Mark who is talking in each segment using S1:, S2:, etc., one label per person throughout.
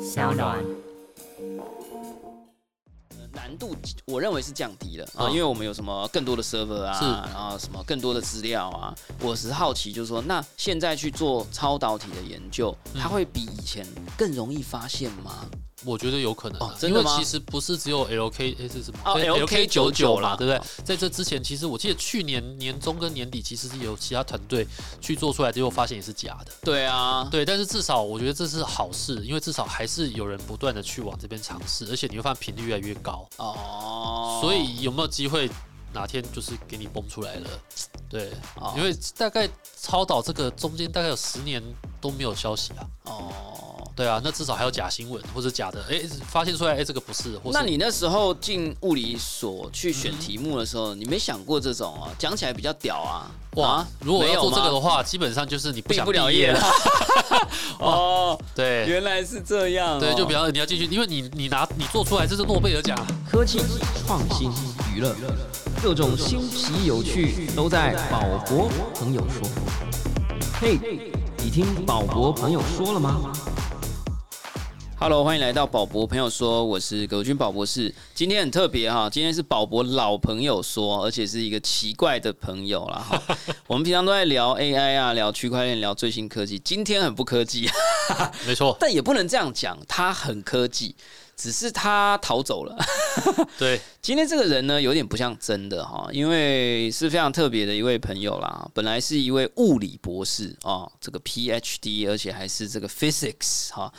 S1: 小暖。
S2: 难度我认为是降低了啊，
S3: 嗯
S2: 因为我们有什么更多的 server
S3: 是
S2: 啊，然后什么更多的资料啊。我只是好奇，就是说，那现在去做超导体的研究，
S3: 嗯
S2: 它会比以前更容易发现吗？
S3: 我觉得有可能、啊
S2: 哦真
S3: 因
S2: 的
S3: 为
S2: 吗
S3: 其实不是只有 LK 诶是什么、
S2: 哦
S3: 对
S2: LK
S3: 99啦，
S2: 嘛
S3: 对不对？在这之前，其实我记得去年年中跟年底，其实是有其他团队去做出来，结果发现也是假的。
S2: 对啊，
S3: 对，但是至少我觉得这是好事，因为至少还是有人不断的去往这边尝试，而且你会发现频率越来越高。
S2: 哦，
S3: 所以有没有机会哪天就是给你崩出来了？对，
S2: 哦
S3: 因为大概超导这个中间大概有十年都没有消息啊。
S2: 哦，
S3: 对啊，那至少还有假新闻或者假的，诶，发现出来，诶，这个不是，或是
S2: 那你那时候进物理所去选题目的时候，你没想过这种啊？讲起来比较屌啊！
S3: 哇
S2: 啊，
S3: 如果
S2: 没有
S3: 要做这个
S2: 吗
S3: 的话，基本上就是你不
S2: 毕
S3: 想
S2: 不了
S3: 毕
S2: 业
S3: 业
S2: 了。。哦，
S3: 对
S2: 原来是这样哦、
S3: 对，就比方你要进去，因为你你拿你做出来这是诺贝尔奖啊，
S1: 科技、创新、娱乐，各种新奇有趣都在宝博朋友说。嘿，你听宝博朋友说了吗？
S2: Hello，欢迎来到宝博朋友说，我是葛军宝博士。今天很特别哈，今天是宝博老朋友说，而且是一个奇怪的朋友啦。 哈。我们平常都在聊 AI 啊，聊区块链，聊最新科技，今天很不科技，
S3: 没错，
S2: 但也不能这样讲，他很科技，只是他逃走了。
S3: 对，
S2: 今天这个人呢，有点不像真的哈，因为是非常特别的一位朋友啦。本来是一位物理博士哦，这个 PhD，而且还是这个 physics 哈、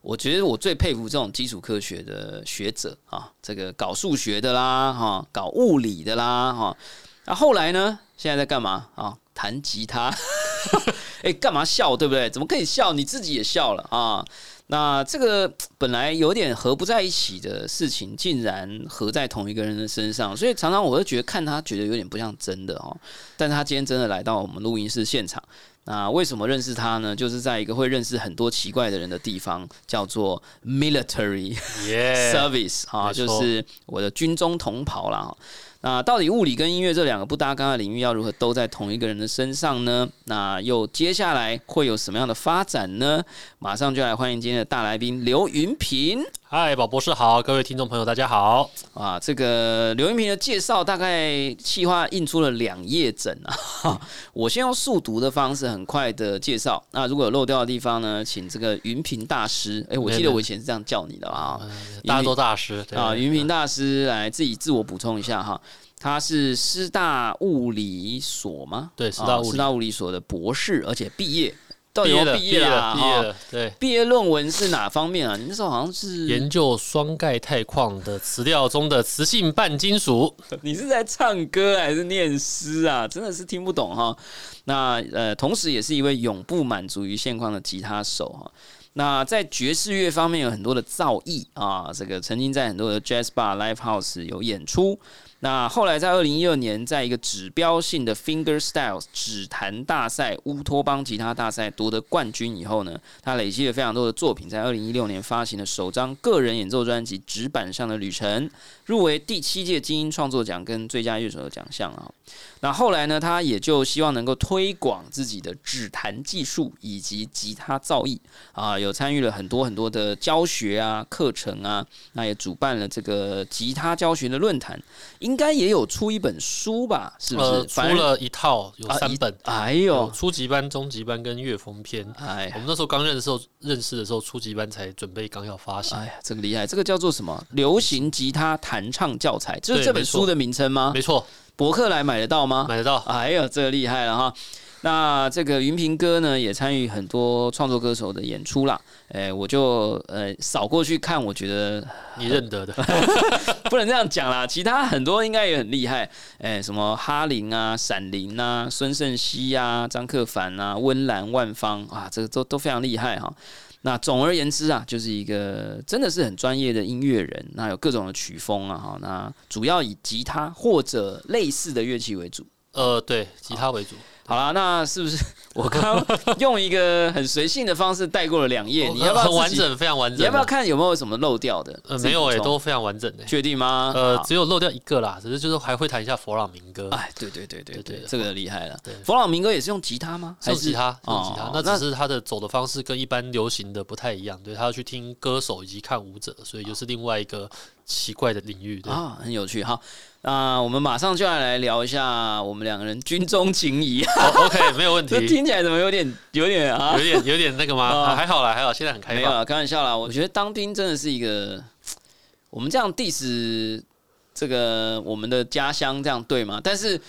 S2: 我觉得我最佩服这种基础科学的学者啊、这个搞数学的啦，哈、搞物理的啦，哈、那、后来呢，现在在干嘛啊、弹吉他。 哎，干嘛笑？对不对？怎么可以笑？你自己也笑了啊！那这个本来有点合不在一起的事情，竟然合在同一个人的身上，所以常常我会觉得看他觉得有点不像真的哦。但是他今天真的来到我们录音室现场。那为什么认识他呢？就是在一个会认识很多奇怪的人的地方，叫做 military。
S3: 耶
S2: service 啊，
S3: 哎没错
S2: 就是我的军中同袍啦。哈那到底物理跟音乐这两个不搭嘎的领域要如何都在同一个人的身上呢？那又接下来会有什么样的发展呢？马上就来欢迎今天的大来宾刘云平
S3: 嗨，宝博士好，各位听众朋友大家好，
S2: 啊！这个刘云平的介绍大概企划印出了两页整啊， 我先用速读的方式很快的介绍。那如果有漏掉的地方呢，请这个云平大师，哎、我记
S3: 没
S2: 得
S3: 没
S2: 我以前是这样叫你的啊。
S3: 大家都大师对
S2: 啊，云平大师来自己自我补充一下哈，他是师大物理所吗？
S3: 对师大
S2: 啊
S3: 物理
S2: 师大物理所的博士，而且毕业，到底
S3: 毕业
S2: 有没有业
S3: 了，毕业
S2: 啦
S3: 了，毕业
S2: 哈
S3: 了，对。
S2: 毕业论文是哪方面啊？你那时候好像是，
S3: 研究双钙钛矿的磁料中的磁性半金属，
S2: 你是在唱歌还是念诗啊？真的是听不懂哈。那呃，同时也是一位永不满足于现况的吉他手哈。那在爵士乐方面有很多的造诣啊，这个曾经在很多的 jazz bar、live house 有演出。那后来在二零一二年，在一个指标性的 finger styles 指弹大赛、乌托邦吉他大赛夺得冠军以后呢，他累积了非常多的作品，在二零一六年发行的首张个人演奏专辑《纸板上的旅程》，入围第七届金音创作奖跟最佳乐手的奖项啊。那后来呢，他也就希望能够推广自己的指弹技术以及吉他造诣啊，有参与了很多很多的教学啊、课程啊，那也主办了这个吉他教学的论坛，应该也有出一本书吧？是不是？
S3: 呃，出
S2: 反而
S3: 了一套，有
S2: 啊
S3: 三
S2: 一
S3: 本，
S2: 哎
S3: 有
S2: 呦，
S3: 初级班、中级班跟乐风篇。
S2: 哎
S3: 我
S2: 呀，
S3: 们那时候刚认识的时候，认识的时候，初级班才准备刚要发行，
S2: 哎呀，这个厉害，这个叫做什么？流行吉他弹唱教材，这是
S3: 对
S2: 这本
S3: 没错
S2: 书的名称吗？
S3: 没错，
S2: 博客来买得到吗？
S3: 买得到。
S2: 哎呦，这个厉害了哈！那这个云平哥呢，也参与很多创作歌手的演出啦。哎，我就呃扫过去看，我觉得
S3: 你认得的，
S2: 不能这样讲啦，其他很多应该也很厉害，哎、什么哈林啊、闪灵啊、孙胜熙啊、张克凡啊、温岚、万芳啊，这个都都非常厉害哈。那总而言之啊，就是一个真的是很专业的音乐人，那有各种的曲风啊，哈，那主要以吉他或者类似的乐器为主。
S3: 呃，对，吉他为主。
S2: 好啦，那是不是我刚刚用一个很随性的方式带过了两页？
S3: 哦
S2: 你要不要
S3: 很完
S2: 自己？
S3: 整，非常完整啊？
S2: 你要不要看有没有什么漏掉的？
S3: 呃，
S2: 自己
S3: 没有
S2: 补
S3: 诶，
S2: 充
S3: 都非常完整诶。
S2: 确定吗？
S3: 呃，
S2: 好
S3: 只有漏掉一个啦，只是就是还会弹一下佛朗明哥，
S2: 哎，对对对对
S3: 对
S2: 对
S3: 对，
S2: 这个厉害了
S3: 对。
S2: 弗朗明哥也是用吉他吗？
S3: 是
S2: 还
S3: 用
S2: 是
S3: 吉他，是用吉他
S2: 哦，
S3: 那只是他的走的方式跟一般流行的不太一样，对他要去听歌手以及看舞者，所以又是另外一个奇怪的领域，对。
S2: 啊，很有趣。好，那我们马上就要来聊一下我们两个人军中情谊。
S3: 哦 OK，没有问
S2: 这
S3: 题，
S2: 听起来怎么有点有点啊
S3: 有？点有点那个吗？
S2: 哦
S3: 啊还好啦，还好，现在很开
S2: 没有
S3: 放。
S2: 啦，开玩笑啦。我觉得当兵真的是一个，我们这样 diss 这个我们的家乡这样对吗？但是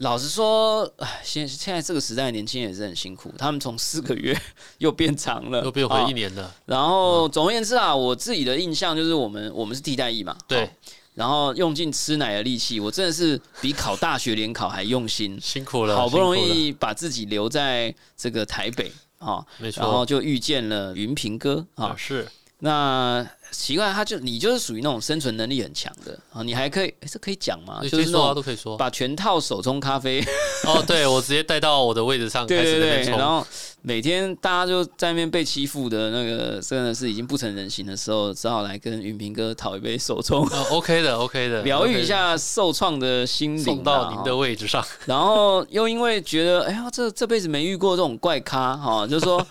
S2: 老实说，唉现现在这个时代的年轻人也是很辛苦，他们从四个月 又变长了，
S3: 又变回
S2: 啊
S3: 一年了，
S2: 然后总而言之啊，我自己的印象就是我们我们是替代役嘛，
S3: 对，
S2: 哦，然后用尽吃奶的力气，我真的是比考大学联考还用心
S3: 辛苦了，
S2: 好不容
S3: 辛苦了，
S2: 易把自己留在这个台北啊、哦
S3: 没
S2: 然后
S3: 错，
S2: 就遇见了云平哥啊、
S3: 啊是
S2: 那奇怪，他就你就是属于那种生存能力很强的啊，你还可以诶这可以讲吗？
S3: 你可
S2: 就
S3: 以
S2: 是
S3: 说啊，
S2: 那
S3: 都
S2: 种
S3: 可以说。
S2: 把全套手冲咖啡，
S3: 哦，对我直接带到我的位置上开
S2: 对对
S3: 始在那
S2: 对然
S3: 边，冲，
S2: 后每天大家就在那边被欺负的那个真的是已经不成人形的时候，只好来跟云平哥讨一杯手冲。
S3: 呃，OK 的，OK 的，
S2: 疗愈
S3: OK 的
S2: 一，下受创的心灵啊，
S3: 送到您的
S2: 哦。
S3: 位置上。
S2: 然后又因为觉得，哎呀，这这辈子没遇过这种怪咖哈、哦，就是说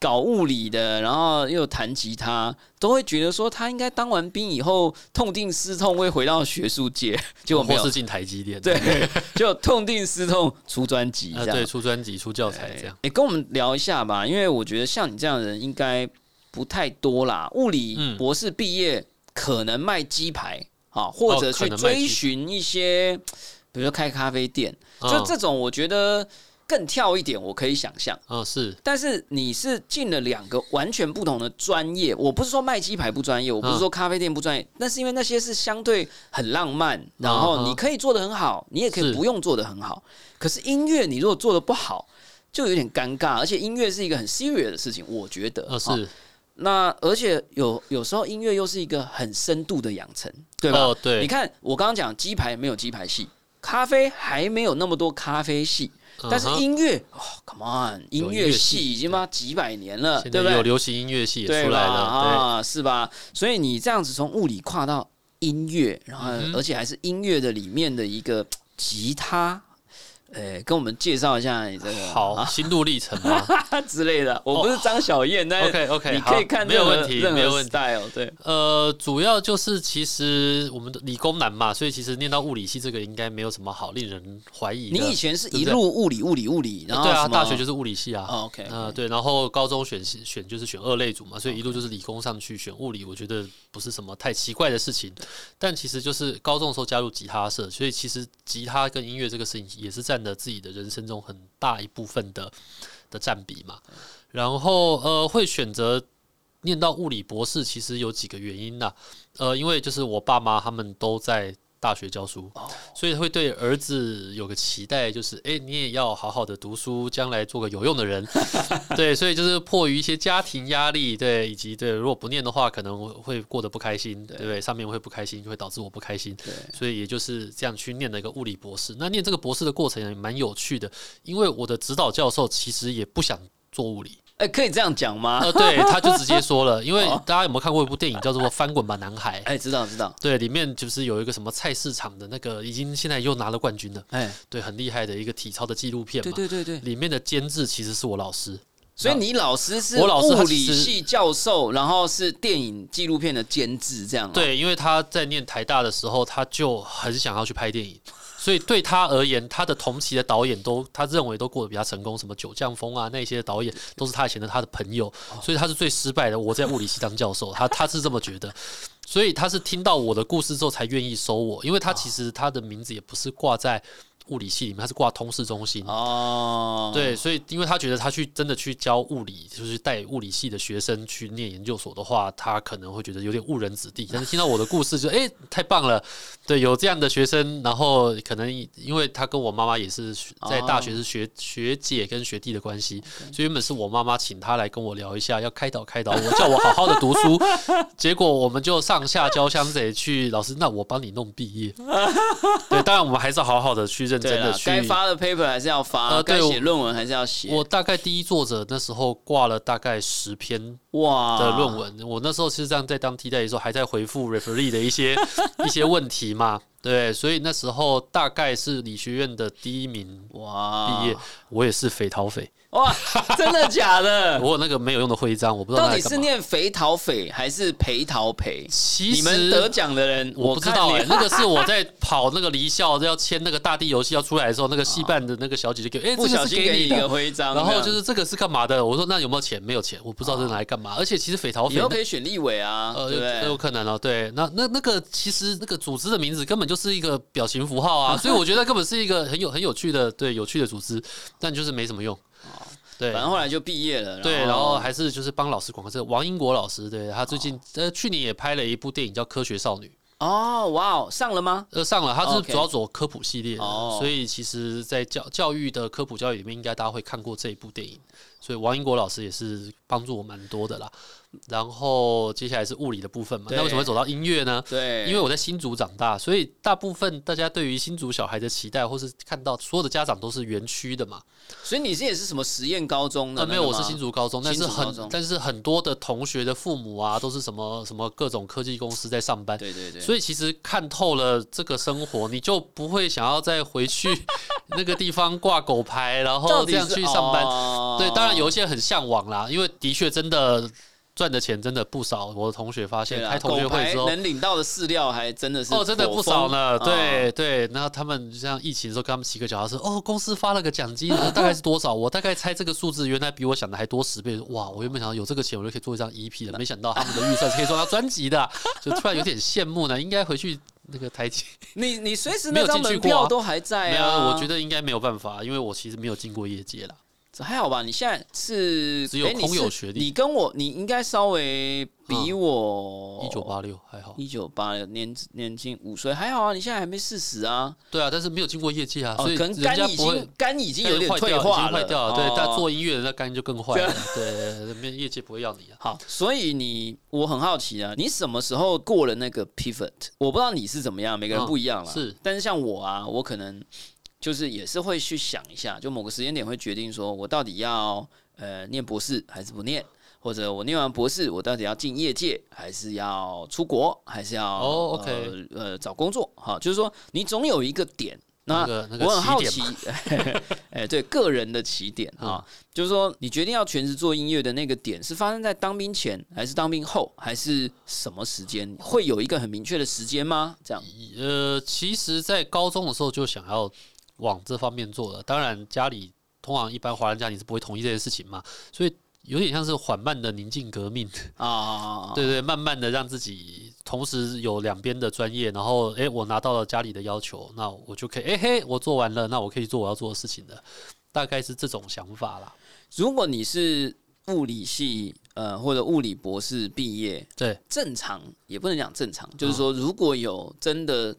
S2: 搞物理的，然后又弹吉他，都会觉得说他应该当完兵以后痛定思痛，会回到学术界。结果没
S3: 或
S2: 有
S3: 是，进台积电，嗯
S2: 对，就痛定思痛出专辑
S3: 啊，
S2: 这样
S3: 对，。出专辑、出教材这样。
S2: 也、跟我们聊一下吧，因为我觉得像你这样的人应该不太多啦。物理
S3: 嗯
S2: 博士毕业可能卖鸡排啊，或者
S3: 哦可
S2: 去
S3: 能卖鸡
S2: 追寻一些，比如说开咖啡店，就
S3: 嗯
S2: 这种我觉得更跳一点，我可以想象。
S3: 嗯，是
S2: 但是你是进了两个完全不同的专业，我不是说卖鸡排不专业，我不是说咖啡店不专业，那是因为那些是相对很浪漫，然后你可以做的很好，你也可以
S3: 是
S2: 不用做的很好。可是音乐你如果做的不好，就有点尴尬，而且音乐是一个很 serious 的事情，我觉得。
S3: 呃
S2: 哦
S3: 是
S2: 那而且有有时候音乐又是一个很深度的养成，对吧？
S3: 哦对
S2: 你看我刚刚讲鸡排没有鸡排系，咖啡还没有那么多咖啡系，但是
S3: 嗯哼
S2: 音乐、哦、，come on，音
S3: 有音
S2: 乐
S3: 乐
S2: 系
S3: 系
S2: 已经妈几百年了，
S3: 现
S2: 对
S3: 在
S2: 不对？
S3: 有流行音乐系也
S2: 对
S3: 出
S2: 吧？
S3: 来了，
S2: 啊，是吧？所以你这样子从物理跨到音乐，然后、
S3: 嗯哼
S2: 而且还是音乐的里面的一个吉他，呃，跟我们介绍一下你这
S3: 对，
S2: 个
S3: 好，
S2: 啊
S3: 心路历程嘛。
S2: 之类的。我不是张小燕，但
S3: OK OK，
S2: 你可以看
S3: 没有
S2: 任何
S3: 问题，
S2: 任何
S3: 没有问题。
S2: style 对。
S3: 呃，主要就是其实我们的理工男嘛，所以其实念到物理系这个应该没有什么好令人怀疑的。
S2: 你以前是
S3: 对
S2: 一
S3: 不对
S2: 路物理物理物理，然后
S3: 对
S2: 什
S3: 啊，
S2: 么
S3: 大学就是物理系啊。
S2: 哦 OK，
S3: 呃，对，然后高中选系选就是选二类组嘛，所以一路就是理工上去选物理，我觉得不是什么太奇怪的事情。但其实就是高中的时候加入吉他社，所以其实吉他跟音乐这个事情也是占了自己的人生中很大一部分的的占比嘛。然后呃，会选择念到物理博士，其实有几个原因呐、呃，因为就是我爸妈他们都在大学教书，
S2: 哦
S3: 所以会对儿子有个期待，就是诶，你也要好好的读书，将来做个有用的人。 对，所以就是迫于一些家庭压力，对，以及对，如果不念的话，可能会过得不开心，对不对？上面会不开心，就会导致我不开心。所以也就是这样去念了一个物理博士。那念这个博士的过程也蛮有趣的，因为我的指导教授其实也不想做物理。
S2: 哎，可以这样讲吗？
S3: 呃，对，他就直接说了，因为大家有没有看过一部电影叫做《翻滚吧，男孩》？
S2: 哎，知道知道，
S3: 对，里面就是有一个什么菜市场的那个，已经现在又拿了冠军了，
S2: 哎，
S3: 对，很厉害的一个体操的纪录片
S2: 对
S3: 嘛。
S2: 对对对，嗯
S3: 里面的监制其实是我老师，
S2: 所以你老师是
S3: 我老师
S2: 物
S3: 他
S2: 理
S3: 其实
S2: 系教授，然后是电影纪录片的监制，这样、哦。，
S3: 对，因为他在念台大的时候，他就很想要去拍电影，所以对他而言，他的同期的导演都他认为都过得比他成功，什么九降风啊那些导演都是他以前的他的朋友，
S2: 哦
S3: 所以他是最失败的。我在物理系当教授，他他是这么觉得。所以他是听到我的故事之后才愿意收我，因为他
S2: 哦
S3: 其实他的名字也不是挂在物理系里面，他是挂通识中心。
S2: 哦，
S3: 对，所以因为他觉得他去真的去教物理，就是带物理系的学生去念研究所的话，他可能会觉得有点误人子弟。但是听到我的故事就，诶哎，太棒了！对，有这样的学生，然后可能因为他跟我妈妈也是学在大学是学、学姐跟学弟的关系，
S2: 哦
S3: 所以原本是我妈妈请他来跟我聊一下，要开导开导我，叫我好好的读书。结果我们就上下交相贼去，老师，那我帮你弄毕业。对，当然我们还是好好的去认真
S2: 对
S3: 的
S2: 啦，
S3: 去
S2: 该发的 paper 还是要发，
S3: 呃
S2: 该
S3: 对
S2: 写论文还是要写。
S3: 我大概第一作者那时候挂了大概十篇
S2: 哇
S3: 的论文，
S2: 啊
S3: 我那时候是这样在当替代的时候，还在回复 referee 的一些 一些问题嘛，对，所以那时候大概是理学院的第一名
S2: 哇
S3: 毕业，我也是肥 桃肥，
S2: 哇，真的假的？
S3: 我有那个没有用的徽章，我不知道
S2: 到
S3: 那
S2: 底是念肥桃肥还是陪桃陪？
S3: 其
S2: 你
S3: 实
S2: 们得奖的人，
S3: 我不知道
S2: 看
S3: 哎、
S2: 你
S3: 那个是我在跑那个离校要签那个大地游戏要出来的时候，那个戏办的那个小姐姐 给，哎、
S2: 不
S3: 这
S2: 小
S3: 个是
S2: 心给
S3: 你
S2: 你一个。啊徽章，
S3: 然后
S2: 这
S3: 就
S2: 样
S3: 是这个是干嘛的？我说那有没有钱？没有钱，我不知道这拿来干嘛。而且其实匪逃匪
S2: 以后可以选立委啊，
S3: 呃，
S2: 对不
S3: 有
S2: 对？
S3: 有可能哦。对，那那那个其实那个组织的名字根本就是一个表情符号啊，所以我觉得根本是一个很有很有趣的，对有趣的组织，但就是没什么用。对，
S2: 哦反正哦后来就毕业了，
S3: 对，然后还是就是帮老师广告。这个王英国老师，对他最近呃去年也拍了一部电影叫《科学少女》，
S2: 哦，哇哦，上了吗？
S3: 呃上了，他是
S2: 哦 OK
S3: 主要走科普系列的
S2: 哦
S3: 所以其实，在教教育的科普教育里面，应该大家会看过这一部电影。所以王英国老师也是帮助我蛮多的啦。然后接下来是物理的部分嘛，
S2: 对
S3: 那为什么会走到音乐呢？
S2: 对，
S3: 因为我在新竹长大，所以大部分大家对于新竹小孩的期待，或是看到所有的家长都是园区的嘛。
S2: 所以你是也是什么实验高中的
S3: 啊，
S2: 那
S3: 没
S2: 个
S3: 有，
S2: 吗？
S3: 我是新竹高中，但是
S2: 新竹高中
S3: 很但是很多的同学的父母啊，都是什么什么各种科技公司在上班，
S2: 对对对，
S3: 所以其实看透了这个生活，你就不会想要再回 去那个地方挂狗牌，然后
S2: 到
S3: 这
S2: 底
S3: 样
S2: 是
S3: 去上班。
S2: 哦
S3: 对，当然有一些很向往啦，因为的确真的赚的钱真的不少。我的同学发
S2: 对
S3: 现
S2: 啦
S3: 开同学
S2: 啊狗
S3: 会
S2: 牌
S3: 之后，
S2: 能领到的饲料还真的是
S3: 哦，真的不少呢。
S2: 颇丰
S3: 对
S2: 啊
S3: 对，那他们像疫情的时候，跟他们骑个脚踏车，哦，公司发了个奖金，大概是多少？我大概猜这个数字，原来比我想的还多十倍。哇，我原本想到有这个钱，我就可以做一张 EP 了，没想到他们的预算是可以做到专 辑的，就突然有点羡慕呢。应该回去那个台积，
S2: 你你随时
S3: 没
S2: 那
S3: 有
S2: 张
S3: 进去
S2: 门
S3: 过啊
S2: 票都还在
S3: 没有，
S2: 啊，
S3: 我觉得应该没有办法，因为我其实没有进过业界啦。
S2: 得还好吧。你现在是
S3: 只有
S2: 哎你是
S3: 空有学历嗯
S2: 你跟我你应该稍微比我
S3: 一九八
S2: 哦
S3: 六还好，
S2: 一九八年年轻五岁，还好啊。你现在还没四十啊，
S3: 对啊，但是没有进过业界啊，
S2: 哦
S3: 所以
S2: 可
S3: 人
S2: 能
S3: 家
S2: 肝已
S3: 不会
S2: 经。肝已经有点
S3: 坏
S2: 退
S3: 掉已
S2: 化
S3: 经
S2: 了，
S3: 坏掉了。对，
S2: 哦
S3: 但做音乐的那肝就更坏了。对，没业界不会要你啊。
S2: 好，所以你我很好奇啊，你什么时候过了那个 pivot？我不知道你是怎么样，每个人
S3: 嗯
S2: 不一样啦。
S3: 是，
S2: 但是像我啊，我可能就是也是会去想一下，就某个时间点会决定说我到底要呃念博士还是不念，或者我念完博士我到底要进业界，还是要出国，还是要
S3: 哦，OK
S2: 呃呃找工作？哈，就是说你总有一个点。 那
S3: 那个那个
S2: 我很好
S3: 起
S2: 奇， 哎，对个人的起点
S3: 嗯
S2: 啊，就是说，你决定要全职做音乐的那个点是发生在当兵前，还是当兵后，还是什么时间？会有一个很明确的时间吗？这样
S3: 呃，其实，在高中的时候就想要往这方面做了。当然，家里通常一般华人家庭是不会同意这件事情嘛，所以有点像是缓慢的宁静革命，
S2: 啊，
S3: 嗯对对，慢慢的让自己同时有两边的专业，然后诶，我拿到了家里的要求，那我就可以诶嘿，我做完了，那我可以做我要做的事情的，大概是这种想法啦。
S2: 如果你是物理系呃或者物理博士毕业，
S3: 对，嗯
S2: 正常也不能讲正常，就是说，如果有真的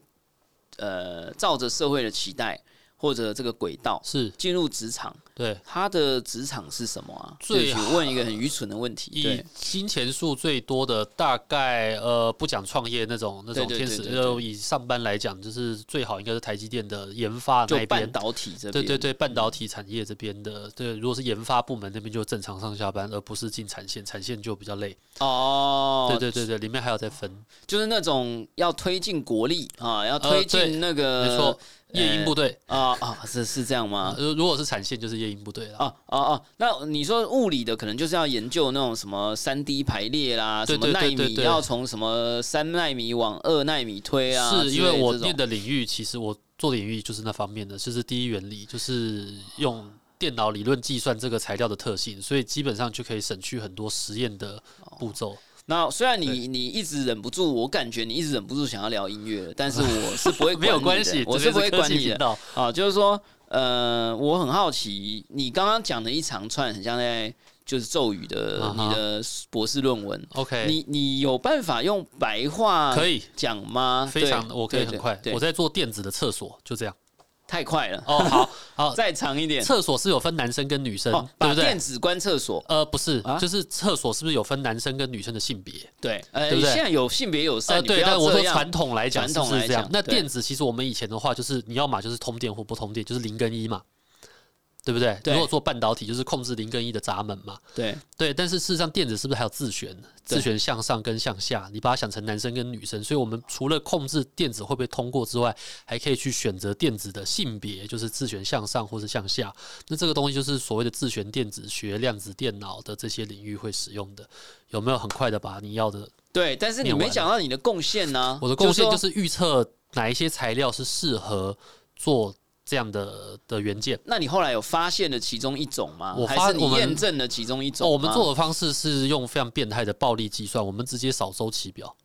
S2: 呃照着社会的期待或者这个轨道
S3: 是，
S2: 进入职场，
S3: 对。
S2: 他的职场是什么啊？
S3: 最
S2: 对不起问一个很愚蠢的问题，
S3: 以
S2: 对，
S3: 金钱数最多的，大概呃不讲创业那种那种
S2: 对对
S3: 天
S2: 对
S3: 使，
S2: 对对
S3: 呃以上班来讲，就是最好应该是台积电的研发那
S2: 就
S3: 一
S2: 半
S3: 边。
S2: 导体这
S3: 对
S2: 边，
S3: 对对，半导体产业这边的，对，如果是研发部门那边就正常上下班，而不是进产线，产线就比较累。
S2: 哦，
S3: 对对对对，里面还有在分，
S2: 就是那种要推进国力啊，要推
S3: 呃对
S2: 进那个、
S3: 没错，夜
S2: 呃
S3: 鹰部队
S2: 啊啊，是是这样吗？
S3: 呃，如果是产线就是夜鹰部队了。
S2: 啊啊啊！那你说物理的可能就是要研究那种什么三 D 排列啦，
S3: 对
S2: 什么
S3: 对
S2: 纳
S3: 对对
S2: 米
S3: 对
S2: 要从什么三纳米往二纳米推啊，
S3: 是因为我念
S2: 的
S3: 的领域，其实我做的领域就是那方面的，就是第一原理，就是用电脑理论计算这个材料的特性，所以基本上就可以省去很多实验的
S2: 哦
S3: 步骤。
S2: 那虽然你你一直忍不住，我感觉你一直忍不住想要聊音乐，但是我是不会
S3: 没有
S2: 管你的
S3: 关系，
S2: 我
S3: 这
S2: 不会
S3: 边科
S2: 管
S3: 技
S2: 你
S3: 频
S2: 的。
S3: 道。
S2: 啊，就是说，呃，我很好奇，你刚刚讲的一长串，很像在就是咒语的、
S3: 啊哈
S2: 你的博士论文，
S3: OK，啊
S2: 你你有办法用白话
S3: 可以
S2: 讲吗？
S3: 非
S2: 对
S3: 常，我可以很快。
S2: 对对
S3: 我
S2: 对
S3: 在做电子的厕所，就这样。
S2: 太快了，
S3: 哦，好好，
S2: 再长一点。
S3: 厕所是有分男生跟女生
S2: 哦，，
S3: 对
S2: 把
S3: 不
S2: 电
S3: 对？
S2: 子关厕所，
S3: 呃，不是
S2: 啊，
S3: 就是厕所是不是有分男生跟女生的性别？
S2: 对，呃，
S3: 对不对
S2: 现在有性别友善，
S3: 呃，
S2: 你不
S3: 对，
S2: 要
S3: 但我
S2: 这
S3: 说
S2: 样
S3: 传统来讲
S2: 传
S3: 是
S2: 统
S3: 不
S2: 来
S3: 是这样
S2: 讲？
S3: 那
S2: 对
S3: 电子其实我们以前的话就是你要嘛就是通电或不通电，就是零跟一嘛，对不对？
S2: 对
S3: 如果做半导体就是控制零跟一的闸门嘛，
S2: 对
S3: 对。但是事实上电子是不是还有自旋？
S2: 对
S3: 自旋向上跟向下，你把它想成男生跟女生，所以我们除了控制电子会不会通过之外，还可以去选择电子的性别，就是自旋向上或是向下。那这个东西就是所谓的自旋电子学、量子电脑的这些领域会使用的。有没有很快的把你要的
S2: 对，但是你
S3: 念完
S2: 没
S3: 了
S2: 讲到你的贡献呢。
S3: 我的贡献
S2: 说
S3: 就是预测哪一些材料是适合做这样的的元件。
S2: 那你后来有发现了其中一种吗？
S3: 我
S2: 还
S3: 发
S2: 是你
S3: 我们
S2: 验证了其中一种
S3: 哦，
S2: 吗？
S3: 我们做的方式是用非常变态的暴力计算，我们直接扫周期表，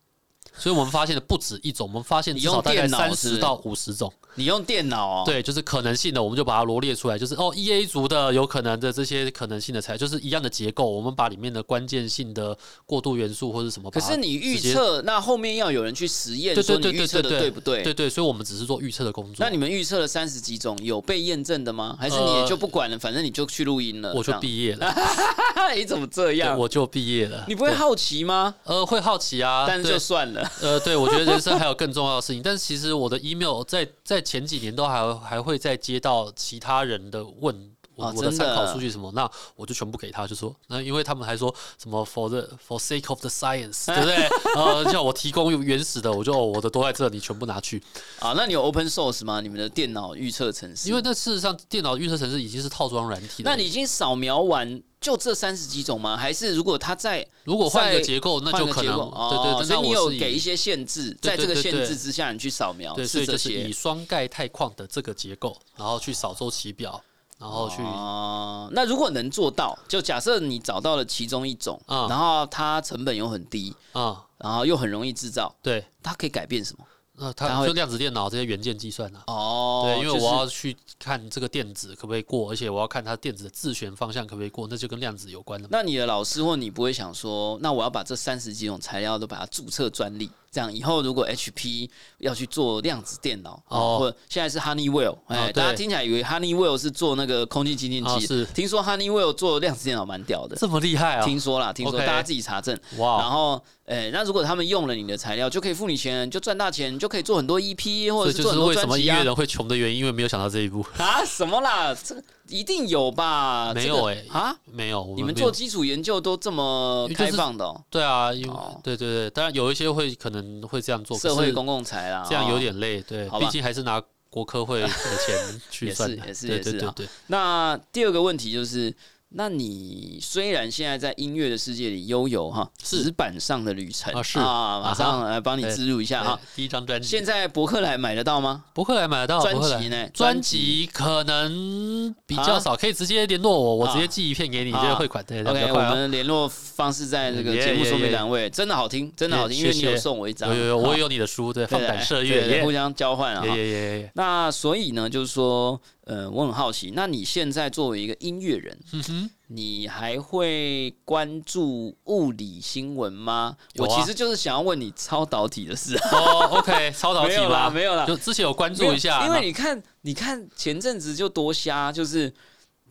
S3: 所以我们发现的不止一种，我们发现
S2: 你
S3: 至
S2: 用
S3: 少大概
S2: 电脑
S3: 三
S2: 是不
S3: 十
S2: 是
S3: 到五十种。
S2: 你用电脑哦，，
S3: 对，就是可能性的，我们就把它罗列出来，就是哦，E A 族的有可能的这些可能性的材料，就是一样的结构，我们把里面的关键性的过渡元素或者什么把
S2: 可
S3: 它，
S2: 是你预
S3: 直接
S2: 测，那后面要有人去实验，
S3: 对
S2: 说你
S3: 对对
S2: 预
S3: 对
S2: 测的
S3: 对
S2: 不对？
S3: 对对，所以我们只是做预测的工作。
S2: 那你们预测了三十几种，有被验证的吗？还是你
S3: 呃
S2: 也就不管了，反正你就去录音了？
S3: 我
S2: 这
S3: 就
S2: 样，
S3: 毕业 了，
S2: 你怎么这
S3: 对
S2: 样？
S3: 我就毕业了。
S2: 你不会好奇吗？
S3: 呃，会好奇啊，
S2: 但是
S3: 对
S2: 就算了，
S3: 呃，对我觉得人生还有更重要的事情。但是 其实我的 email 在在前几年都还还会再接到其他人的问。我
S2: 哦
S3: 我的
S2: 真的
S3: 参考数据什么，那我就全部给他，就说那因为他们还说什么 for the for sake of the science，对不对？呃，叫我提供原始的，我就、哦我的都在这，你全部拿去。
S2: 啊，那你有 open source 吗？你们的电脑预测程式？
S3: 因为那事实上，电脑预测程式已经是套装软体了。
S2: 那你已经扫描完就这三十几种吗？还是如果它在
S3: 如果换个
S2: 在
S3: 结构，那
S2: 换
S3: 就
S2: 个
S3: 可
S2: 结
S3: 能
S2: 构哦
S3: 对对。但
S2: 所以
S3: 那
S2: 你
S3: 我
S2: 有
S3: 是以
S2: 给一些限制，在这
S3: 对
S2: 个
S3: 对
S2: 限
S3: 对
S2: 制之下，你去扫描
S3: 对，所
S2: 是
S3: 以
S2: 这
S3: 就是
S2: 些
S3: 以双钙钛矿的这个结构，然后去扫周期表，然后去
S2: 哦，那如果能做到，就假设你找到了其中一种，
S3: 嗯
S2: 然后它成本又很低，
S3: 啊，
S2: 然后又很容易制造，
S3: 对。
S2: 它可以改变什么？
S3: 那
S2: 它
S3: 它
S2: 会
S3: 就量子电脑这些元件计算啊。
S2: 哦，
S3: 对，因为
S2: 就是
S3: 我要去看这个电子可不可以过，而且我要看它电子的自旋方向可不可以过，那就跟量子有关了嘛。
S2: 那你的老师或你不会想说，那我要把这三十几种材料都把它注册专利，这样以后如果 HP 要去做量子电脑，哦
S3: 哦，
S2: 或者现在是 Honeywell，哎、
S3: 哦对
S2: 大家听起来以为 Honeywell 是做那个空气清净
S3: 哦
S2: 机，
S3: 是
S2: 听说 Honeywell 做量子电脑蛮屌的，
S3: 这么厉害啊！
S2: 听说啦，听说
S3: OK
S2: 大家自己查证。然
S3: 哇，
S2: 后，诶、那如果他们用了你的材料，就可以付你钱，就赚大钱，就可以做很多 EP 或
S3: 所
S2: 者
S3: 以
S2: 是
S3: 就
S2: 做
S3: 是
S2: 很多
S3: 为什
S2: 专
S3: 么音
S2: 辑啊
S3: 乐人会穷的原因，因为没有想到这一步。
S2: 啊什么啦，这个一定有吧？
S3: 没
S2: 这个
S3: 有欸
S2: 啊，
S3: 没有，我
S2: 你们
S3: 没有
S2: 做基础研究都这么
S3: 就
S2: 开
S3: 是
S2: 放的、哦，
S3: 对啊，因为
S2: 哦
S3: 对对对，当然有一些会可能会这样做，
S2: 社
S3: 可
S2: 会
S3: 是
S2: 公共财啦，
S3: 这样有
S2: 哦
S3: 点累，对，
S2: 好吧
S3: 毕竟还是拿国科会 的钱去
S2: 也是
S3: 算的，
S2: 也是
S3: 对
S2: 也是
S3: 对对
S2: 啊
S3: 对。
S2: 那第二个问题就是，那你虽然现在在音乐的世界里悠游哈，
S3: 是
S2: 纸板上的旅程
S3: 啊是
S2: 啊，马上
S3: 啊
S2: 来帮你
S3: 对
S2: 植入一下哈
S3: 对。第一张专辑，
S2: 现在博客来买得到吗？
S3: 博客来买得到，
S2: 专
S3: 博客来
S2: 辑呢
S3: 专
S2: 专辑
S3: 辑可能比
S2: 啊
S3: 较少，可以直接联络我，我
S2: 啊
S3: 直接寄一片给你，
S2: 啊
S3: 直接汇款，对，这样比
S2: OK，我
S3: 较快啊。
S2: 们联络方式在这个
S3: Yeah,
S2: 节目说
S3: yeah,
S2: 明
S3: yeah.
S2: 栏位，真的好听，真的好听，因为你有
S3: 谢谢
S2: 送我一张，
S3: 有有有，
S2: 好
S3: 我也有你的书，对，
S2: 啊对
S3: 放胆射
S2: 对对
S3: 月，
S2: 互相交换啊。
S3: 耶
S2: 哈
S3: 耶耶耶。
S2: 那所以呢，就是说，呃，我很好奇，那你现在作为一个音乐人，
S3: 嗯
S2: 你还会关注物理新闻吗？
S3: 有
S2: 我
S3: 啊
S2: 其实就是想要问你超导体的事啊，
S3: 哦，OK，超导
S2: 没
S3: 体
S2: 有啦，
S3: 吧？
S2: 没有啦，
S3: 就之前有关注一下，
S2: 因为你看，你看前阵子就多瞎，就是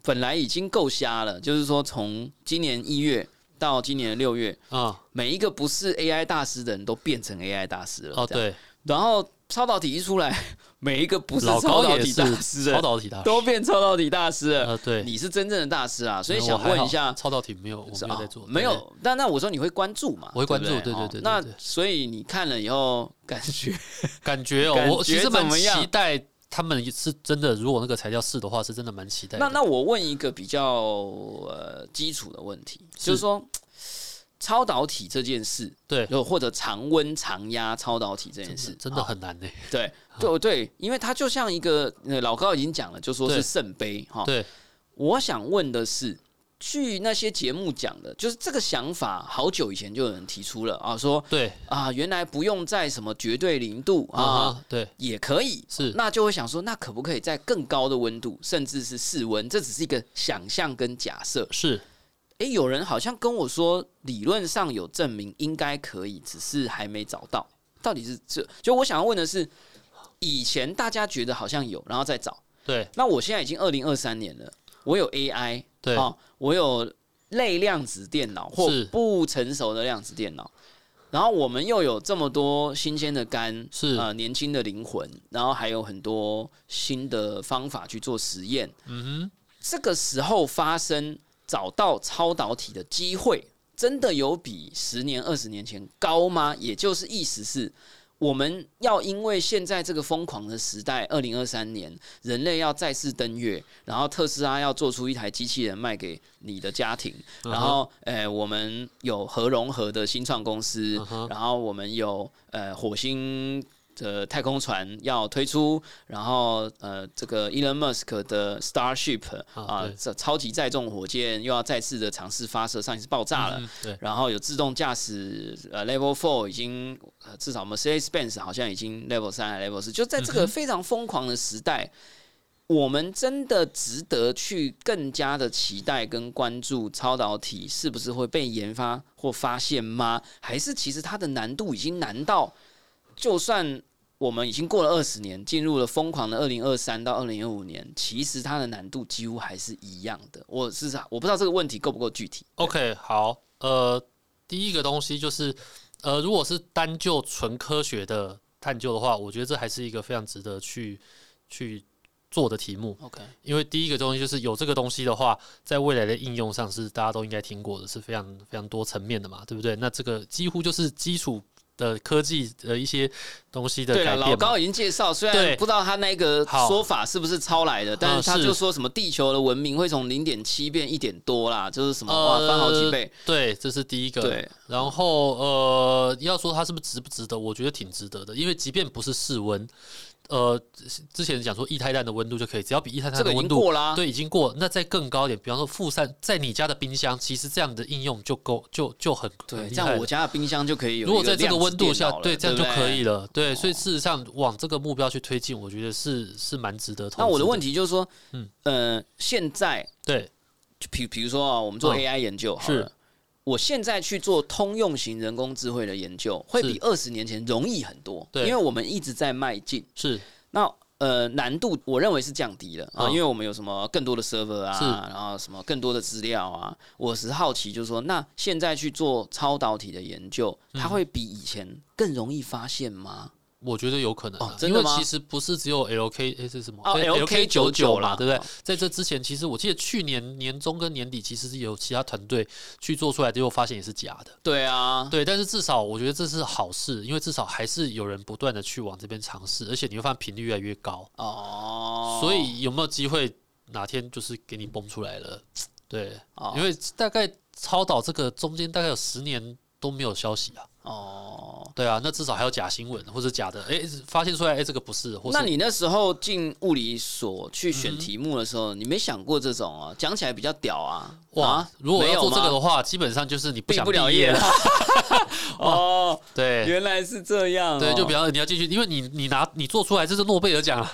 S2: 本来已经够瞎了，就是说从今年一月到今年的六月，
S3: 啊，
S2: 每一个不是 AI 大师的人都变成 AI 大师了。
S3: 哦
S2: 这样，
S3: 对，
S2: 然后超导体一出来， 每一个不是
S3: 老
S2: 超
S3: 高
S2: 导
S3: 也
S2: 体
S3: 是
S2: 大师的
S3: 超
S2: 人
S3: 导体的，
S2: 都变超导体大师了。
S3: 呃对，
S2: 你是真正的大师啊，所以
S3: 嗯
S2: 想
S3: 我还
S2: 问一
S3: 好
S2: 下，
S3: 超导体没有，我
S2: 是
S3: 没有在
S2: 啊
S3: 做，
S2: 没
S3: 对
S2: 有。但那我说你会关注嘛？
S3: 我会关注
S2: 不
S3: 对对
S2: 哦
S3: 对对
S2: 那
S3: 对
S2: 所以你看了以后，感觉
S3: 感觉哦
S2: 感，
S3: 我其
S2: 觉
S3: 实
S2: 怎
S3: 蛮
S2: 么样
S3: 期待他们是真的，如果那个材料是的话，是真的蛮期待的。
S2: 那那我问一个比较呃基础的问题，就是说超导体这件事，
S3: 对，
S2: 又或者常温常压超导体这件事，
S3: 真的
S2: 啊
S3: 很难呢。
S2: 对对对，因为它就像一个呃老高已经讲了，就说是
S3: 对
S2: 圣杯哈。
S3: 对，
S2: 我想问的是，据那些节目讲的，就是这个想法好久以前就有人提出了啊，说
S3: 对
S2: 啊原来不用在什么绝对零度啊。
S3: 啊哈，对，
S2: 也可以
S3: 是
S2: 那就会想说，那可不可以在更高的温度，甚至是室温？这只是一个想象跟假设。
S3: 是
S2: 诶，有人好像跟我说，理论上有证明应该可以，只是还没找到。到底是这？就我想要问的是，以前大家觉得好像有，然后再找。
S3: 对
S2: 那我现在已经二零二三年了，我有 AI，
S3: 对
S2: 哦，我有类量子电脑或
S3: 是
S2: 不成熟的量子电脑，然后我们又有这么多新鲜的肝，
S3: 是
S2: 呃年轻的灵魂，然后还有很多新的方法去做实验。
S3: 嗯
S2: 这个时候发生找到超导体的机会，真的有比十年、二十年前高吗？也就是意思是。我们要因为现在这个疯狂的时代，二零二三年人类要再次登月，然后特斯拉要做出一台机器人卖给你的家庭，
S3: 嗯哼
S2: 然后呃，我们有核融合的新创公司
S3: 嗯哼
S2: 然后我们有呃火星的太空船要推出，然后呃这个 Elon Musk 的 Starship
S3: 啊
S2: 啊
S3: 对，
S2: 这、超级载重火箭又要再次的尝试发射，上一次爆炸
S3: 哼，
S2: 了。
S3: 嗯对，
S2: 然后有自动驾驶，呃，Level Four 已经，呃至少 Mercedes-Benz 好像已经 Level 三还 Level 四，就在这个非常疯狂的时代，我们真的值得去更加的期待跟关注超导体是不是会被研发或发现吗？还是其实它的难度已经难到，就算我们已经过了二十年，进入了疯狂的二零二三到二零二五年，其实它的难度几乎还是一样的。我是我不知道这个问题够不够具体。
S3: OK，好，呃，第一个东西就是，呃，如果是单就纯科学的探究的话，我觉得这还是一个非常值得去去做的题目，
S2: OK，
S3: 因为第一个东西就是有这个东西的话，在未来的应用上是大家都应该听过的，是非常非常多层面的嘛，对不对？那这个几乎就是基础的科技的一些东西的
S2: 对
S3: 改
S2: 了，老
S3: 变嘛。
S2: 高已经介绍，虽
S3: 对
S2: 然不知道他那个
S3: 好
S2: 说法是不是抄来的，但是他
S3: 是
S2: 就说什么地球的文明会从零点七变一点多啦，就是什么哇
S3: 呃
S2: 翻好几倍。
S3: 对，这是第一个。
S2: 对，
S3: 然后呃，要说它是不是值不值得，我觉得挺值得的，因为即便不是室温，呃，之前讲说液态氮的温度就可以，只要比液态
S2: 这个
S3: 氮的
S2: 已经
S3: 温
S2: 过啊
S3: 度。
S2: 啦、
S3: 对，已经过，那再更高一点，比方说负三，在你家的冰箱，其实这样的应用就够，就就很
S2: 对，
S3: 很厉
S2: 这
S3: 害
S2: 样
S3: 了
S2: 我家的冰箱就可以有
S3: 如果
S2: 一个
S3: 在这个
S2: 量子
S3: 温度
S2: 电
S3: 下
S2: 脑，了
S3: 对，这样就
S2: 不哦
S3: 可以了。对，所以事实上往这个目标去推进，我觉得是是蛮值得投资。
S2: 那我的问，题就是说，
S3: 嗯
S2: 呃，现在
S3: 对，
S2: 就比比如说啊，我们做
S3: 嗯
S2: AI 研究好
S3: 是
S2: 了。我现在去做通用型人工智慧的研究，会比
S3: 是
S2: 二十年前容易很多，
S3: 对
S2: 因为我们一直在迈进。
S3: 是
S2: 那呃，难度我认为是降低了啊，
S3: 嗯
S2: 因为我们有什么更多的 server
S3: 是
S2: 啊，然后什么更多的资料啊。我只是好奇，就是说，那现在去做超导体的研究，它
S3: 嗯
S2: 会比以前更容易发现吗？
S3: 我觉得有可能、啊
S2: 哦真
S3: 因
S2: 的
S3: 为
S2: 吗
S3: 其实不是只有 LK 诶是什么？
S2: 哦
S3: LK 九
S2: 99
S3: 九
S2: 啦
S3: 啦，对不对
S2: 哦？
S3: 在这之前，其实我记得去年年中跟年底，其实是有其他团队去做出来，结果发现也是假的。
S2: 对啊，
S3: 对，但是至少我觉得这是好事，因为至少还是有人不断的去往这边尝试，而且你会发现频率越来越高。
S2: 哦，
S3: 所以有没有机会哪天就是给你崩出来了？对，
S2: 哦
S3: 因为大概超导这个中间大概有十年都没有消息啊。
S2: 哦，
S3: 对啊，那至少还有假新闻或者假的，诶，发现出来，诶，这个不是，或是嗯
S2: 那你那时候进物理所去选题目的时候，你没想过这种啊？讲起来比较屌啊！
S3: 哇
S2: 啊，
S3: 如果
S2: 没
S3: 要
S2: 有
S3: 做这个
S2: 吗
S3: 的话，基本上就是你不
S2: 毕
S3: 想
S2: 不了
S3: 毕
S2: 业
S3: 业
S2: 了
S3: 了。。
S2: 哦，
S3: 对
S2: 原来是这样哦、
S3: 对，就比方说你要继续，因为你你拿你做出来这是诺贝尔奖啊，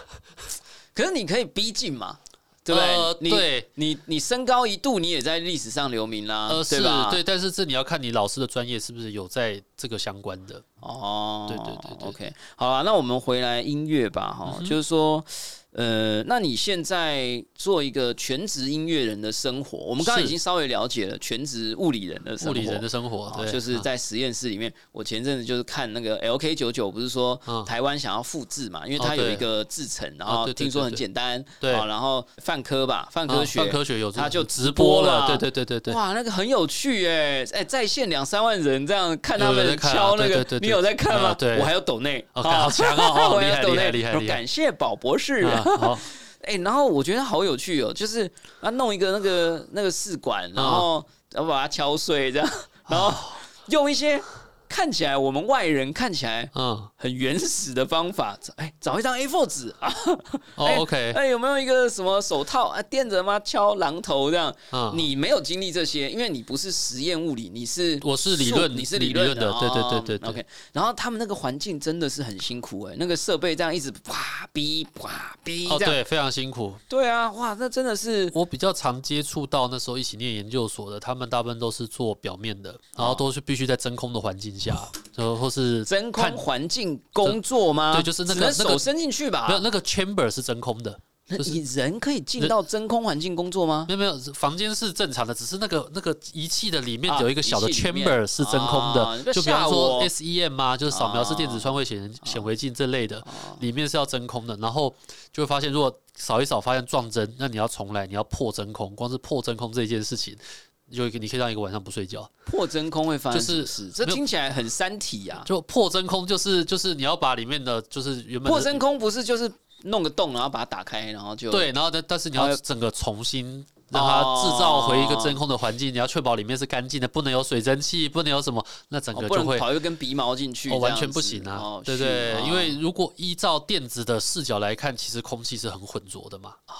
S2: 可是你可以逼近嘛，对不对？
S3: 呃
S2: 你
S3: 对
S2: 你你身高一度，你也在历史上留名啦，
S3: 呃，
S2: 啊对
S3: 是
S2: 吧？
S3: 对，但是这你要看你老师的专业是不是有在这个相关的。
S2: 哦，
S3: 对对对嗯对
S2: o k 好了，那我们回来音乐吧，哈、就是说，呃，那你现在做一个全职音乐人的生活，我们刚刚已
S3: 是
S2: 经稍微了解了全职物理人的生活，
S3: 物理人的生活，
S2: 哦
S3: 对，啊
S2: 就是在实验室里面。我前阵子就是看那个 LK 九九，不是说
S3: 嗯
S2: 台湾想要复制嘛，因为
S3: 哦
S2: 它有
S3: 对
S2: 一个制成，然
S3: 啊
S2: 后
S3: 对对
S2: 听说
S3: 对
S2: 很
S3: 对
S2: 简单，
S3: 对
S2: 啊然后泛科吧，泛科
S3: 啊
S2: 学，
S3: 泛科学有这
S2: 他
S3: 个
S2: 就直
S3: 直
S2: 播
S3: 播
S2: 了
S3: 了，对对对对对，啊
S2: 哇，那个很有趣哎、哎、在线两三万人这样看他
S3: 有人在
S2: 们
S3: 看啊
S2: 敲那
S3: 对
S2: 个，
S3: 对对对
S2: 你有在看吗？
S3: 啊对
S2: 我还有抖内，
S3: 哦
S2: 啊
S3: 好强 哦
S2: 我
S3: 哦厉
S2: 还
S3: 害
S2: 有抖内，
S3: 厉害厉害
S2: 说
S3: 厉害
S2: 感谢宝博士。
S3: 啊好，
S2: 哎、然后我觉得好有趣哦，就是啊，弄一个那个那个试管，然
S3: 啊
S2: 后然后把它敲碎
S3: 哦
S2: 这样， 然后用一些看起来我们外人看起来
S3: 嗯，
S2: 很原始的方法，哎、找一张 A4 纸啊，
S3: 哦
S2: 哎
S3: ，OK，
S2: 哎、有没有一个什么手套啊，垫着吗？敲榔头这样，
S3: 嗯，
S2: 你没有经历这些，因为你不是实验物理，你是
S3: 我是理论
S2: 数你是
S3: 理
S2: 论哦
S3: 理论的对对对对对
S2: OK，然后他们那个环境真的是很辛苦哎、那个设备这样一直啪哔啪哔
S3: 哦，
S2: 这样，
S3: 对，非常辛苦。
S2: 对啊，哇，那真的是
S3: 我比较常接触到那 时候一起念研究所的，他们大部分都是做表面的，然后都是必须在真空的环境下，然后或是
S2: 哦真空
S3: 看
S2: 环境工作吗？
S3: 对就是那
S2: 只
S3: 个
S2: 能
S3: 那个
S2: 手伸进去吧。
S3: 没有那个 chamber 是真空的，就是
S2: 你人可以进
S3: 人
S2: 到真空环境工作吗
S3: 没？有没有，房间是正常的，只是那个那个仪器的里面
S2: 啊
S3: 有一个小的
S2: 仪器里面
S3: chamber 是真空的，
S2: 啊你不要
S3: 就比方
S2: 吓
S3: 说
S2: 我
S3: SEM 啊，就是扫描式电
S2: 啊
S3: 子穿位显显微镜这类的，里面是要真空的。然后就会发现，如果扫一扫发现撞针，那你要重来，你要破真空，光是破真空这一件事情。就你可以让一个晚上不睡觉，
S2: 破真空会发生
S3: 就
S2: 什
S3: 是
S2: 么事？这
S3: 没有
S2: 听起来很三体啊呀、
S3: 就破真空就是就是你要把里面的就是原本
S2: 破
S3: 的
S2: 真空不是就是弄个洞，然后把它打开，然后就
S3: 对，然后但但是你
S2: 还
S3: 要
S2: 有哦
S3: 整个重新让它制造回一个真空的环境，你要确保里面是干净的，不能有水蒸气，不能有什么，那整
S2: 哦
S3: 个
S2: 不
S3: 就
S2: 能
S3: 会。
S2: 跑一根鼻毛进去，
S3: 哦，完
S2: 这样
S3: 全不
S2: 子
S3: 行啊！
S2: 哦
S3: 对
S2: 是
S3: 对，
S2: 哦
S3: 因为如果依照电子的视角来看，其实空气是很浑浊的嘛。
S2: 哦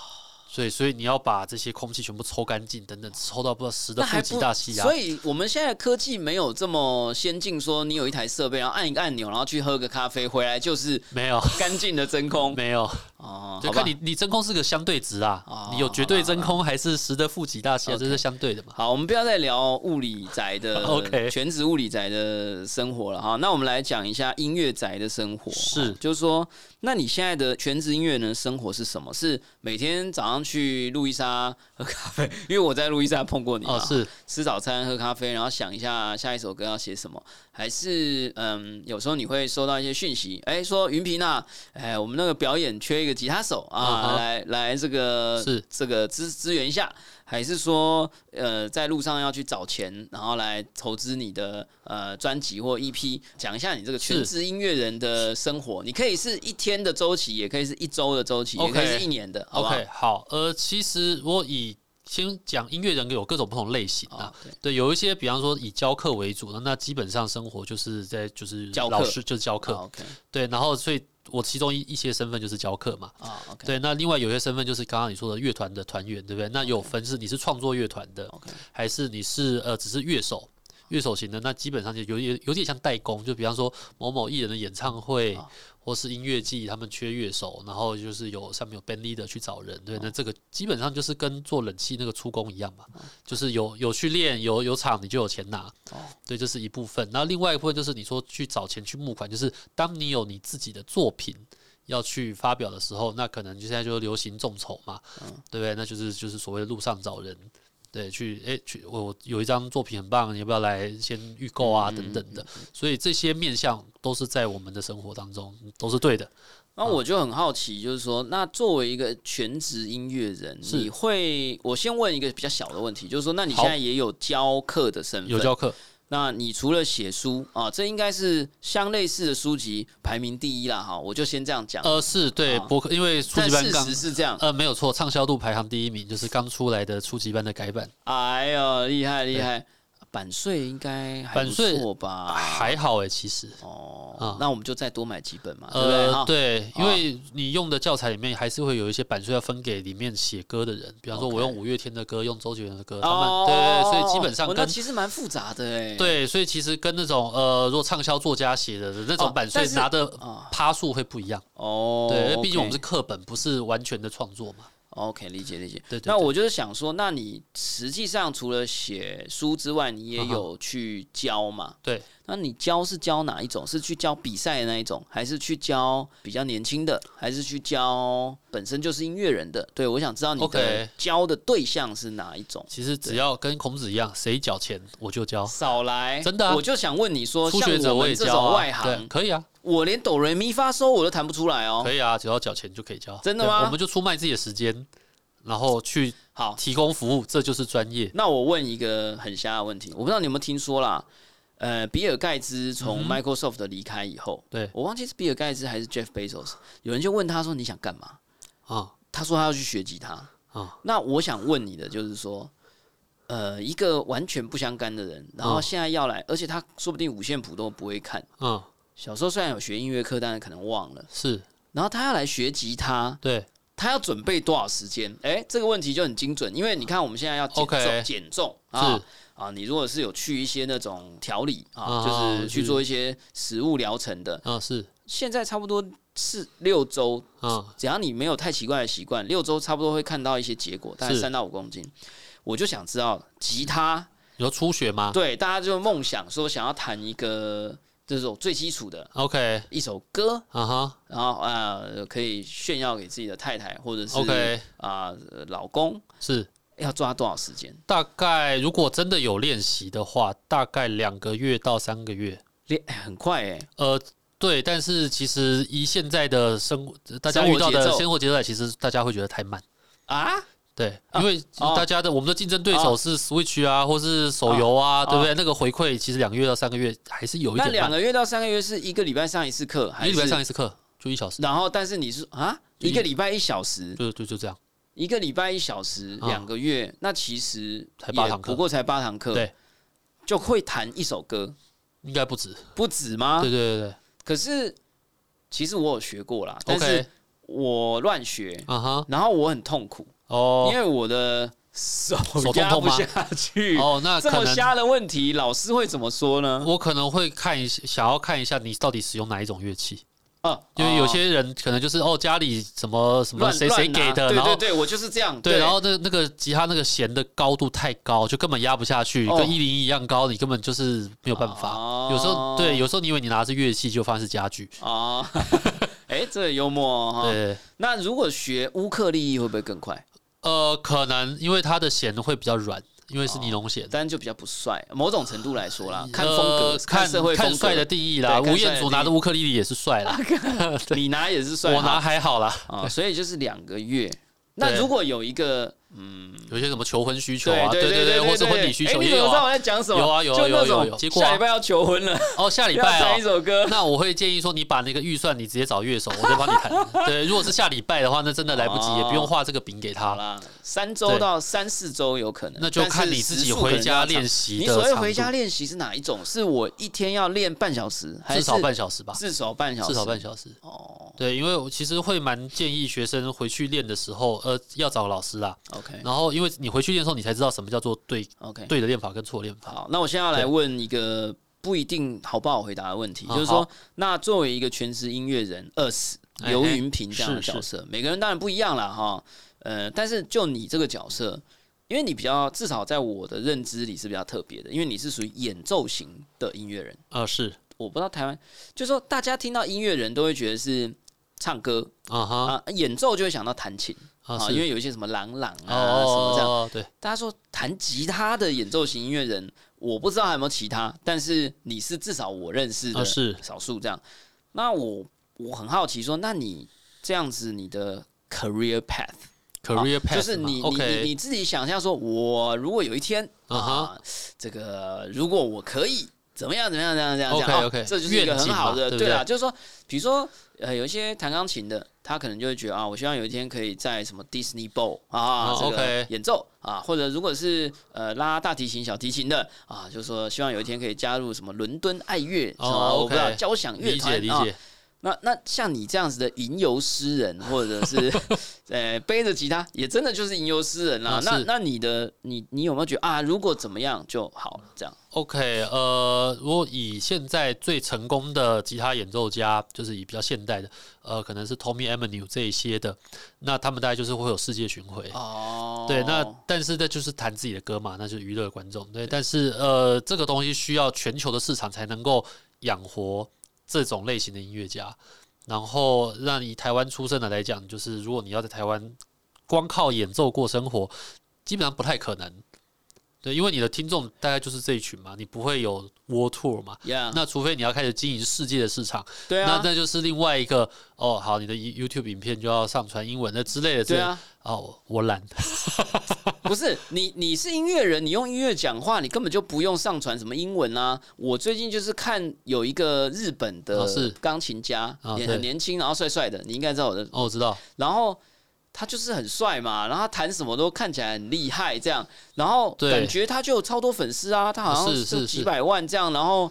S3: 所以，所以你要把这些空气全部抽干净，等等，抽到不知道十的
S2: 那
S3: 负
S2: 还
S3: 极
S2: 不
S3: 大啊气压。
S2: 所以我们现在的科技没有这么先进，说你有一台设备，然后按一个按钮，然后去喝个咖啡，回来就是
S3: 没有，
S2: 干净的真空
S3: 没有，
S2: 哦，
S3: 就
S2: 好吧
S3: 看你你真空是个相对值啊，
S2: 哦
S3: 你有绝对真空还是十的负极大气压，这是相对的嘛。
S2: 好，我们不要再聊物理宅的
S3: OK
S2: 全职物理宅的生活了哈。那我们来讲一下音乐宅的生活，
S3: 是
S2: 就是说，那你现在的全职音乐人生活是什么？是每天早上去路易莎喝咖啡，因为我在路易莎碰过你嘛
S3: 哦，是
S2: 吃早餐喝咖啡，然后想一下下一首歌要写什么，还是嗯，有时候你会收到一些讯息，哎，说云平啊，哎，我们那个表演缺一个吉他手啊，
S3: 嗯哼
S2: 来来这个
S3: 是
S2: 这个支支援一下，还是说呃在路上要去找钱，然后来投资你的呃专辑或 EP，讲一下你这个全
S3: 是
S2: 职音乐人的生活，你可以是一天的周期，也可以是一周的周期，也
S3: OK
S2: 可以是一年的，好不好
S3: OK，好，呃，其实我以先讲音乐人有各种不同类型啊
S2: 啊，，对
S3: 对，有一些比方说以教课为主的，那基本上生活就是在就是
S2: 教
S3: 老
S2: 课哦
S3: 师就是教
S2: 好
S3: 课，
S2: 啊，OK，
S3: 对，然后所以我其中一一些身份就是教课嘛。
S2: 啊，OK，
S3: 对，那另外有些身份就是刚刚你说的乐团的团员，对不对？那有分是你是创作乐团的，
S2: ，OK，
S3: 还是你是呃只是乐手，乐手型的，那基本上就有点有点像代工，就比方说某某艺人的演唱会、
S2: 啊
S3: 或是音乐季，他们缺乐手，然后就是有上面有 band leader 去找人，
S2: 啊
S3: 对，那这个基本上就是跟做冷气那个出工一样嘛，就是有有去练，有有场你就有钱拿，
S2: 哦
S3: 对，这、是一部分。然后另外一部分就是你说去找钱去募款，就是当你有你自己的作品。要去发表的时候，那可能就现在就流行众筹嘛，
S2: 嗯
S3: 对不对？那就是就是所谓的路上找人，对，去诶，去我我有一张作品很棒，你要不要来先预购啊
S2: 嗯
S3: 等等的，所以这些面向都是在我们的生活当中都是对的。
S2: 那我就很好奇，就是说，那作为一个全职音乐人，
S3: 是
S2: 你会，我先问一个比较小的问题，就是说，那你
S3: 好
S2: 现在也有教课的身份？
S3: 有教课，
S2: 那你除了写书啊，这应该是相类似的书籍排名第一啦，哈，我就先这样讲。
S3: 呃，是对
S2: 啊
S3: 博客，因为初
S2: 但
S3: 级班
S2: 事
S3: 刚
S2: 实是这样，
S3: 呃没有错，畅销度排行第一名就是刚出来的初级班的改版，
S2: 哎呦，厉害厉害！版税应该还不
S3: 版税
S2: 错吧？
S3: 还好诶，其实。
S2: 哦
S3: 啊，
S2: 那我们就再多买几本嘛，对不对？
S3: 呃
S2: 哈，哦
S3: 对，
S2: 好
S3: 因为你用的教材里面还是会有一些版税要分给里面写歌的人，比方说
S2: OK
S3: 我用五月天的歌，用周杰伦的歌，他
S2: 哦，
S3: 们对对，对所以基本
S2: 哦
S3: 上
S2: 那
S3: 跟
S2: 其实蛮复杂的哎。
S3: 对，所以其实跟那种呃，如果畅销作家写的那
S2: 哦
S3: 种版税
S2: 但是
S3: 拿的
S2: 啊，
S3: 趴数会不一样，
S2: 哦，
S3: 对，因为毕竟我
S2: OK
S3: 们是课本，不是完全的创作嘛。
S2: OK，理解理解。
S3: 对对
S2: 那
S3: 对
S2: 我就是想说，那你实际上除了写书之外，你也有去教嘛？
S3: 嗯对，
S2: 那你教是教哪一种？是去教比赛的那一种，还是去教比较年轻的，还是去教本身就是音乐人的？对，我想知道你的
S3: OK
S2: 教的对象是哪一种。
S3: 其实只要跟孔子一样，谁缴钱我就教。
S2: 少来，
S3: 真的啊
S2: 我就想问你说，
S3: 初
S2: 哦像
S3: 学者
S2: 我
S3: 也
S2: 们这
S3: 教
S2: 种
S3: 啊，
S2: 外
S3: 对，
S2: 行，
S3: 可以啊，
S2: 我连哆来咪发嗦我都弹不出来哦
S3: 可。以啊，只要缴钱就可以教。
S2: 真的
S3: 对
S2: 吗
S3: 我们就出卖自己的时间，然后去
S2: 好，
S3: 提供服务，这就是专业。
S2: 那我问一个很瞎的问题，我不知道你有没有听说啦？呃，比尔盖茨从 Microsoft 离开以后，
S3: 对
S2: 我忘记是比尔盖茨还是 Jeff Bezos，有人就问他说你想干嘛？
S3: 啊
S2: 他说他要去学吉他。
S3: 啊，
S2: 那我想问你的就是说，呃，一个完全不相干的人，然后
S3: 嗯
S2: 现在要来，而且他说不定五线谱都不会看。
S3: 嗯，
S2: 小时候虽然有学音乐课，但是可能忘了。
S3: 是
S2: 然后他要来学吉他，
S3: 对，
S2: 他要准备多少时间？哎，这个问题就很精准，因为你看我们现在要减重
S3: OK
S2: 减重啊
S3: 是，
S2: 啊，你如果是有去一些那种调理啊，
S3: 啊
S2: 就是去
S3: 是
S2: 做一些食物疗程的，
S3: 啊是
S2: 现在差不多是六周，
S3: 啊
S2: 只要你没有太奇怪的习惯，六周差不多会看到一些结果，大概
S3: 是
S2: 三到五公斤。我就想知道吉他，
S3: 你说初学吗？
S2: 对大家就梦想说想要弹一个这种最基础的
S3: OK，
S2: 一首歌，
S3: 啊哈
S2: 然后啊、呃可以炫耀给自己的太太或者是啊
S3: ，OK，
S2: 呃老公，
S3: 是
S2: 要抓多少时间？
S3: 大概如果真的有练习的话，大概两个月到三个月。
S2: 练哎很快哎、
S3: 呃，对，但是其实以现在的生活，大家
S2: 生活
S3: 遇到
S2: 节
S3: 的
S2: 奏
S3: 生活节奏，其实大家会觉得太慢。
S2: 啊，
S3: 对，
S2: 啊
S3: 因为
S2: 哦
S3: 大家的、我们的竞争对手是 Switch 啊，或是手游啊，
S2: 哦
S3: 对不对？那个回馈其实两个月到三个月还是有一
S2: 那
S3: 点
S2: 两
S3: 慢。
S2: 个月到三个月是一个礼拜上一次课，还
S3: 一
S2: 是
S3: 个礼拜上一次课，就一小时，
S2: 然后但是你是啊，
S3: 就一
S2: 一个礼拜一小时，
S3: 就就就这样。
S2: 一个礼拜一小时，
S3: 啊
S2: 两个月，那其实
S3: 才八
S2: 也
S3: 堂课
S2: 不过才八堂课，
S3: 对，
S2: 就会弹一首歌，
S3: 应该不止。
S2: 不止吗
S3: 对？对对
S2: 可是其实我有学过啦，
S3: 对
S2: 但是
S3: ，OK，
S2: 我乱学，
S3: 啊哈，
S2: 然后我很痛苦，因
S3: 哦
S2: 为我的手
S3: 手痛
S2: 压
S3: 痛
S2: 不
S3: 吗
S2: 下去。
S3: 哦，那
S2: 这
S3: 可
S2: 么
S3: 能
S2: 瞎的问题，老师会怎么说呢？
S3: 我可能会看一下，想要看一下你到底使用哪一种乐器，
S2: 啊，
S3: 因为有些人可能就是哦家里什么什么
S2: 乱
S3: 谁谁
S2: 乱拿啊
S3: 给的，
S2: 对
S3: 然后
S2: 对对，我就是这样。
S3: 对，然后那那个吉他那个弦的高度太高，就根本压不下去，
S2: 哦
S3: 跟一零一一样高，你根本就是没有办法。
S2: 哦
S3: 有时候对，有时候你以为你拿的是乐器，就发现是家具。
S2: 啊，哎，这个幽默哦哈。
S3: 对，
S2: 那如果学乌克丽丽会不会更快？
S3: 呃，可能因为它的弦会比较软，因为是尼龙弦。
S2: 当然就比较不帅，某种程度来说啦，哦看
S3: 呃
S2: 风格，
S3: 看
S2: 社会
S3: 看
S2: 风格
S3: 帅的。定义啦。
S2: 对看帅的
S3: 吴彦祖拿的乌克丽丽也是帅啦，
S2: 你拿也 是帅，
S3: 我拿还好啦。
S2: 啊，哦所以就是两个月。那
S3: 对
S2: 如果有一个
S3: 有一些什么求婚需求啊，对对对，或是婚礼需
S2: 哎
S3: 求
S2: 你
S3: 也
S2: 怎
S3: 有
S2: 么知道
S3: 啊。
S2: 我在讲什么？
S3: 有啊有啊
S2: 就
S3: 有啊
S2: 那
S3: 有啊
S2: 种
S3: 有啊结果啊
S2: 下礼拜要求婚了，
S3: 哦，下礼
S2: 要
S3: 拜
S2: 弹
S3: 哦
S2: 一，首歌，
S3: 那我会建议说，你把那个预算你直接找乐手，我就帮你谈。对，如果是下礼拜的话，那真的来不及，
S2: 哦
S3: 也不用画这个饼给
S2: 好
S3: 他。
S2: 啦，三周到三四周有可能，
S3: 那就看你自己回家练
S2: 习。
S3: 习
S2: 你
S3: 的
S2: 所谓
S3: 长
S2: 回家
S3: 度
S2: 练习是哪一种？是我一天要练半小时，还是
S3: 至少半小时吧，
S2: 至少半小时？
S3: 至少半小时。
S2: 哦
S3: 对，因为我其实会蛮建议学生回去练的时候，呃，要找老师啦。
S2: ，OK
S3: 然后，因为你回去练的时候，你才知道什么叫做对
S2: OK。
S3: 对的练法跟错的练法。
S2: 好，那我现在要来问一个不一定好不好回答的问题，
S3: 啊
S2: 就是说
S3: 好，
S2: 那作为一个全职音乐人，二死
S3: 哎
S2: 刘云平这样的
S3: 是
S2: 角色，每个人当然不一样啦，哈。呃，但是就你这个角色，因为你比较至少在我的认知里是比较特别的，因为你是属于演奏型的音乐人。
S3: 呃，是，
S2: 我不知道台湾，就是说大家听到音乐人都会觉得是唱歌
S3: 啊哈，
S2: 啊，演奏就会想到弹琴
S3: 啊
S2: 啊，
S3: 是，
S2: 因为有一些什么朗朗
S3: 哦
S2: 啊什么这样。
S3: 哦，对，
S2: 大家说弹吉他的演奏型音乐人，我不知道还有没有其他，但是你是至少我认识
S3: 啊
S2: 的
S3: 是
S2: 少数这样。那我我很好奇说，那你这样子你的 career path。
S3: career
S2: 啊
S3: path
S2: 就是
S3: 嘛
S2: 你你你
S3: ，OK，
S2: 你自己想象说，我如果有一天
S3: 啊
S2: 啊
S3: 哈，
S2: 这个如果我可以怎么样怎么样怎么样怎么样怎么样
S3: OK，OK，
S2: 哦这就是一个很好的
S3: 愿景嘛对不
S2: 对
S3: 对
S2: 啦，就是说，比如说呃，有一些弹钢琴的，他可能就会觉得啊，我希望有一天可以在什么 Disney Bowl 啊
S3: 哦
S2: 这个
S3: OK
S2: 演奏啊，或者如果是呃拉大提琴、小提琴的啊，就是说希望有一天可以加入什么伦敦爱乐什
S3: 哦
S2: 么我不知道
S3: OK，
S2: 交响乐
S3: 理解
S2: 团
S3: 理
S2: 啊
S3: 解，
S2: 那那像你这样子的吟游诗人，或者 是呃背着吉他，也真的就是吟游诗人啦。
S3: 啊
S2: 那
S3: 是
S2: 那你的你你有没有觉得啊，如果怎么样就好了？这样
S3: OK，呃，如果以现在最成功的吉他演奏家，就是以比较现代的，呃，可能是 Tommy Emmanuel 这一些的，那他们大概就是会有世界巡回。
S2: 哦
S3: 对，那但是那就是弹自己的歌嘛，那就是娱乐观众。对，但是呃，这个东西需要全球的市场才能够养活这种类型的音乐家。然后，让以台湾出生的来讲，就是如果你要在台湾光靠演奏过生活，基本上不太可能。对，因为你的听众大概就是这一群嘛，你不会有 world tour 嘛。
S2: 呀，
S3: 那除非你要开始经营世界的市场，
S2: 嗯对
S3: 那
S2: 啊，
S3: 那就是另外一个哦，好，你的 You- YouTube 影片就要上传英文的之类的。
S2: 对，啊，
S3: 哦，我懒。
S2: 不是你你是音乐人，你用音乐讲话，你根本就不用上传什么英文啊。我最近就是看有一个日本的
S3: 哦是
S2: 钢琴家，
S3: 哦
S2: 也
S3: 对
S2: 很年轻，然后帅帅的，你应该知道我的
S3: 哦，我知道。
S2: 然后他就是很帅嘛，然后他弹什么都看起来很厉害，这样，然后
S3: 对
S2: 感觉他就有超多粉丝啊，他好像
S3: 是是
S2: 就是几百万这样，然后。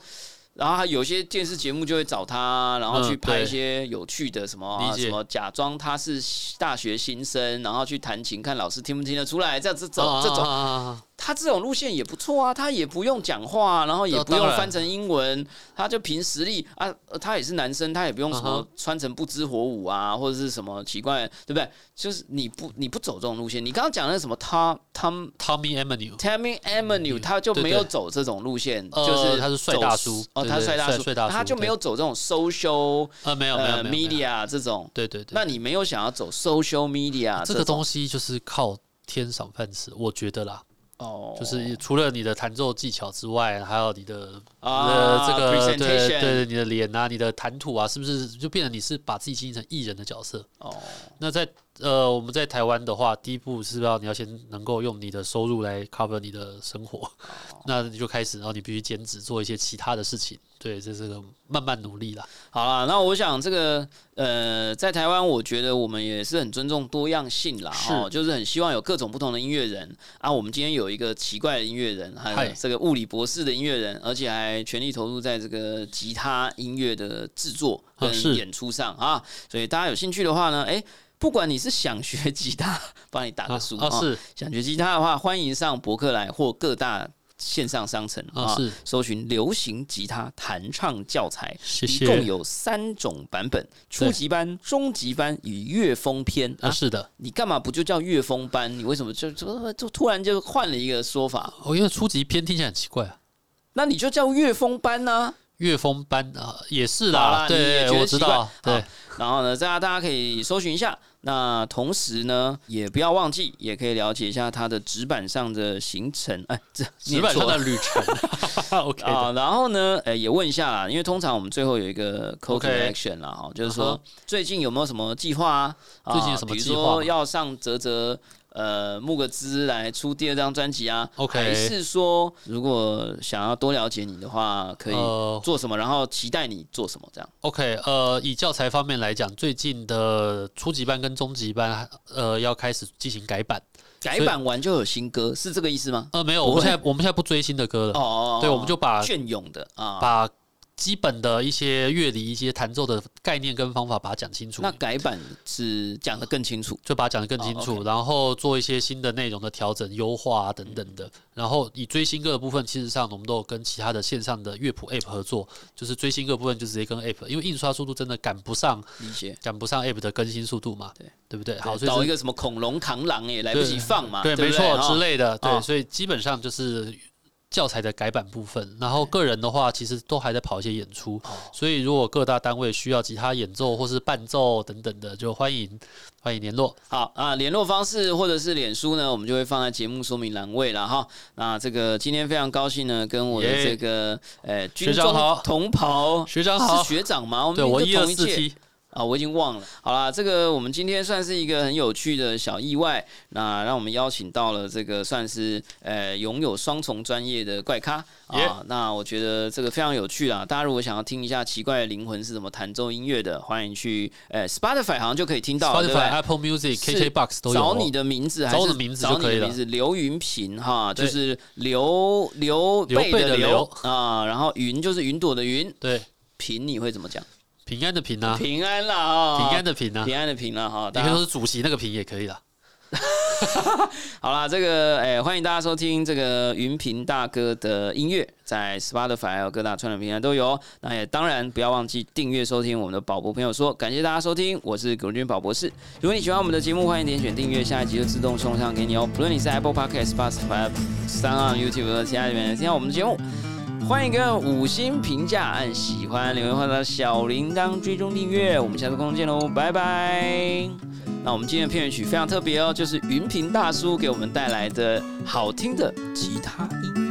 S2: 然后他有些电视节目就会找他，然后去
S3: 嗯
S2: 拍
S3: 对
S2: 一些有趣的什么、啊
S3: 理解
S2: 什么，假装他是大学新生，然后去弹琴，看老师听不听得出来，这样这种、
S3: 啊
S2: 这种
S3: 啊啊啊啊
S2: 他这种路线也不错啊，他也不用讲话、然后也
S3: 那
S2: 不用
S3: 当然
S2: 翻成英文，他就凭实力啊。呃他也是男生，他也不用什
S3: 嗯
S2: 么
S3: 哼
S2: 穿成不知火舞啊，或者是什么奇怪，对不对？就是你不你不走这种路线，你刚刚讲的什么他 Tom
S3: Tommy Avenue，
S2: Tammy Avenue，
S3: 嗯
S2: 他就
S3: 对
S2: 没有
S3: 对
S2: 走这种路线，
S3: 呃
S2: 就是
S3: 他是帅
S2: 走
S3: 大叔
S2: 哦，
S3: 对
S2: 他是
S3: 对
S2: 帅大
S3: 帅
S2: 叔，
S3: 帅大
S2: 他
S3: 叔
S2: 就没
S3: 对
S2: 有走这种 social
S3: 呃，没有没有
S2: 呃
S3: 没有没有
S2: media 这种。
S3: 对对对，啊
S2: 那你没有想要走 social media
S3: 这个
S2: 种
S3: 东西就是靠天赏饭吃，我觉得啦，
S2: 哦，
S3: 就是除了你的弹奏技巧之外，还有你的
S2: 啊
S3: 呃这个
S2: presentation
S3: 对对对你的脸啊，你的谈吐啊，是不是就变成你是把自己经营成艺人的角色？
S2: 哦，
S3: 那在呃我们在台湾的话，第一步是不是要你要先能够用你的收入来 cover 你的生活？那你就开始，然后你必须兼职做一些其他的事情。对，这是个慢慢努力啦。
S2: 好啦，那我想这个呃，在台湾，我觉得我们也是很尊重多样性啦，
S3: 是
S2: 哦，就是很希望有各种不同的音乐人啊。我们今天有一个奇怪的音乐人，还有
S3: 嗨
S2: 这个物理博士的音乐人，而且还全力投入在这个吉他音乐的制作
S3: 啊是
S2: 跟演出上啊。所以大家有兴趣的话呢，哎、不管你是想学吉他， 帮你打
S3: 啊
S2: 个书
S3: 啊
S2: 哦
S3: 是
S2: 想学吉他的话，欢迎上博客来或各大线上商城
S3: 啊是，
S2: 搜寻流行吉他弹唱教材，
S3: 谢
S2: 一
S3: 谢
S2: 共有三种版本：初级班、中级班与乐风篇。
S3: 啊
S2: 啊，
S3: 是的，
S2: 你干嘛不就叫乐风班？你为什么就就就突然就换了一个说法？
S3: 哦，因为初级篇听起来很奇怪啊。
S2: 那你就叫乐风班啊呢、
S3: 乐风班啊，也是
S2: 好
S3: 啦，
S2: 啦你也
S3: 对，
S2: 觉得
S3: 我知
S2: 奇怪啊
S3: 道，对
S2: 好，然后呢，大家大家可以搜寻一下。那同时呢，也不要忘记，也可以了解一下它的纸板上的行程。哎，这
S3: 纸板上
S2: 念错
S3: 的
S2: 了
S3: 旅程 ，OK
S2: 啊、
S3: 的，
S2: 然后呢，呃，也问一下啦，因为通常我们最后有一个 call to
S3: OK
S2: action 啦，哈，就是说、
S3: 嗯哼
S2: 最近有没有什么计划啊？啊
S3: 最近有什么
S2: 比如
S3: 计划
S2: 说
S3: 吗
S2: 要上泽泽呃募个资来出第二张专辑啊
S3: OK
S2: 还是说如果想要多了解你的话，可以
S3: 呃
S2: 做什么，然后期待你做什么这样？
S3: ，OK，呃，以教材方面来讲，最近的初级班跟中级班，呃，要开始进行改版，
S2: 改版完就有新歌，是这个意思吗？
S3: 呃，没有，
S2: 不
S3: 我
S2: 会
S3: 们现在我们现在不追新的歌
S2: 哦
S3: 了，
S2: 哦，哦
S3: 呃对，我们就把
S2: 隽永的啊。
S3: 把基本的一些乐理、一些弹奏的概念跟方法把它讲清楚
S2: 那，改版是讲的更清楚
S3: 就把它讲得更清
S2: 哦
S3: 楚，
S2: ，OK
S3: 然后做一些新的内容的调整、优化啊等等
S2: 嗯
S3: 的。然后以追星歌的部分，其实上我们都有跟其他的线上的乐谱 App 合作，就是追星歌的部分就直接跟 App，因为印刷速度真的赶不上，
S2: 理解。
S3: 赶不上 App 的更新速度嘛，
S2: 对
S3: 对不对？好，所以
S2: 找一
S3: 是
S2: 个什么恐龙扛狼也来不及放嘛，
S3: 对，
S2: 不
S3: 没错
S2: 哈
S3: 之类的，
S2: 哦
S3: 对，所以基本上就是。教材的改版部分，然后个人的话，其实都还在跑一些演出，
S2: 哦
S3: 所以如果各大单位需要吉他演奏或是伴奏等等的，就欢迎欢迎联络。
S2: 好啊，联络方式或者是脸书呢，我们就会放在节目说明栏位了哈。那这个今天非常高兴呢，跟我的
S3: 耶
S2: 这个呃军
S3: 学长
S2: 中
S3: 好
S2: 同袍哦
S3: 学长好
S2: 是学长吗？我们
S3: 对我
S2: 明
S3: 一
S2: 明就
S3: 二
S2: 同
S3: 四
S2: 届
S3: T，
S2: 啊，我已经忘了。好啦，这个我们今天算是一个很有趣的小意外，那让我们邀请到了这个算是呃拥有双重专业的怪咖啊
S3: Yeah
S2: 那我觉得这个非常有趣啦。大家如果想要听一下奇怪的灵魂是怎么弹奏音乐的，欢迎去呃 Spotify 好像就可以听到了，对不对？
S3: Spotify、Apple Music、
S2: 是
S3: KKBox 都有哦。
S2: 找你的名字，还是
S3: 找我的名字
S2: 找
S3: 就
S2: 你
S3: 可以
S2: 的
S3: 了
S2: 名字刘云平哈，就
S3: 对
S2: 是刘刘
S3: 刘
S2: 备
S3: 备
S2: 的
S3: 的
S2: 刘
S3: 刘
S2: 啊，然后云就是云朵的云，
S3: 对
S2: 平你会怎么讲？
S3: 平安的平啊，
S2: 平安啦啊，
S3: 平安的平啊，
S2: 平安的平啦哈，
S3: 你
S2: 大
S3: 可以
S2: 家
S3: 说是主席那个平也可以啦。
S2: 好啦，这个哎、欢迎大家收听这个云平大哥的音乐，在 Spotify 还有各大串流平台都有哦。那也当然不要忘记订阅收听我们的宝博朋友说，感谢大家收听，我是葛文军宝博士。如果你喜欢我们的节目，欢迎点选订阅，下一集就自动送上给你哦。不论你是 Apple Podcast、Spotify、三岸 YouTube 和其他里面听到我们的节目。欢迎给我们五星评价，按喜欢，留言或者小铃铛追踪订阅。我们下次空中见喽，拜拜。那我们今天的片尾曲非常特别哦，就是云平大叔给我们带来的好听的吉他音乐。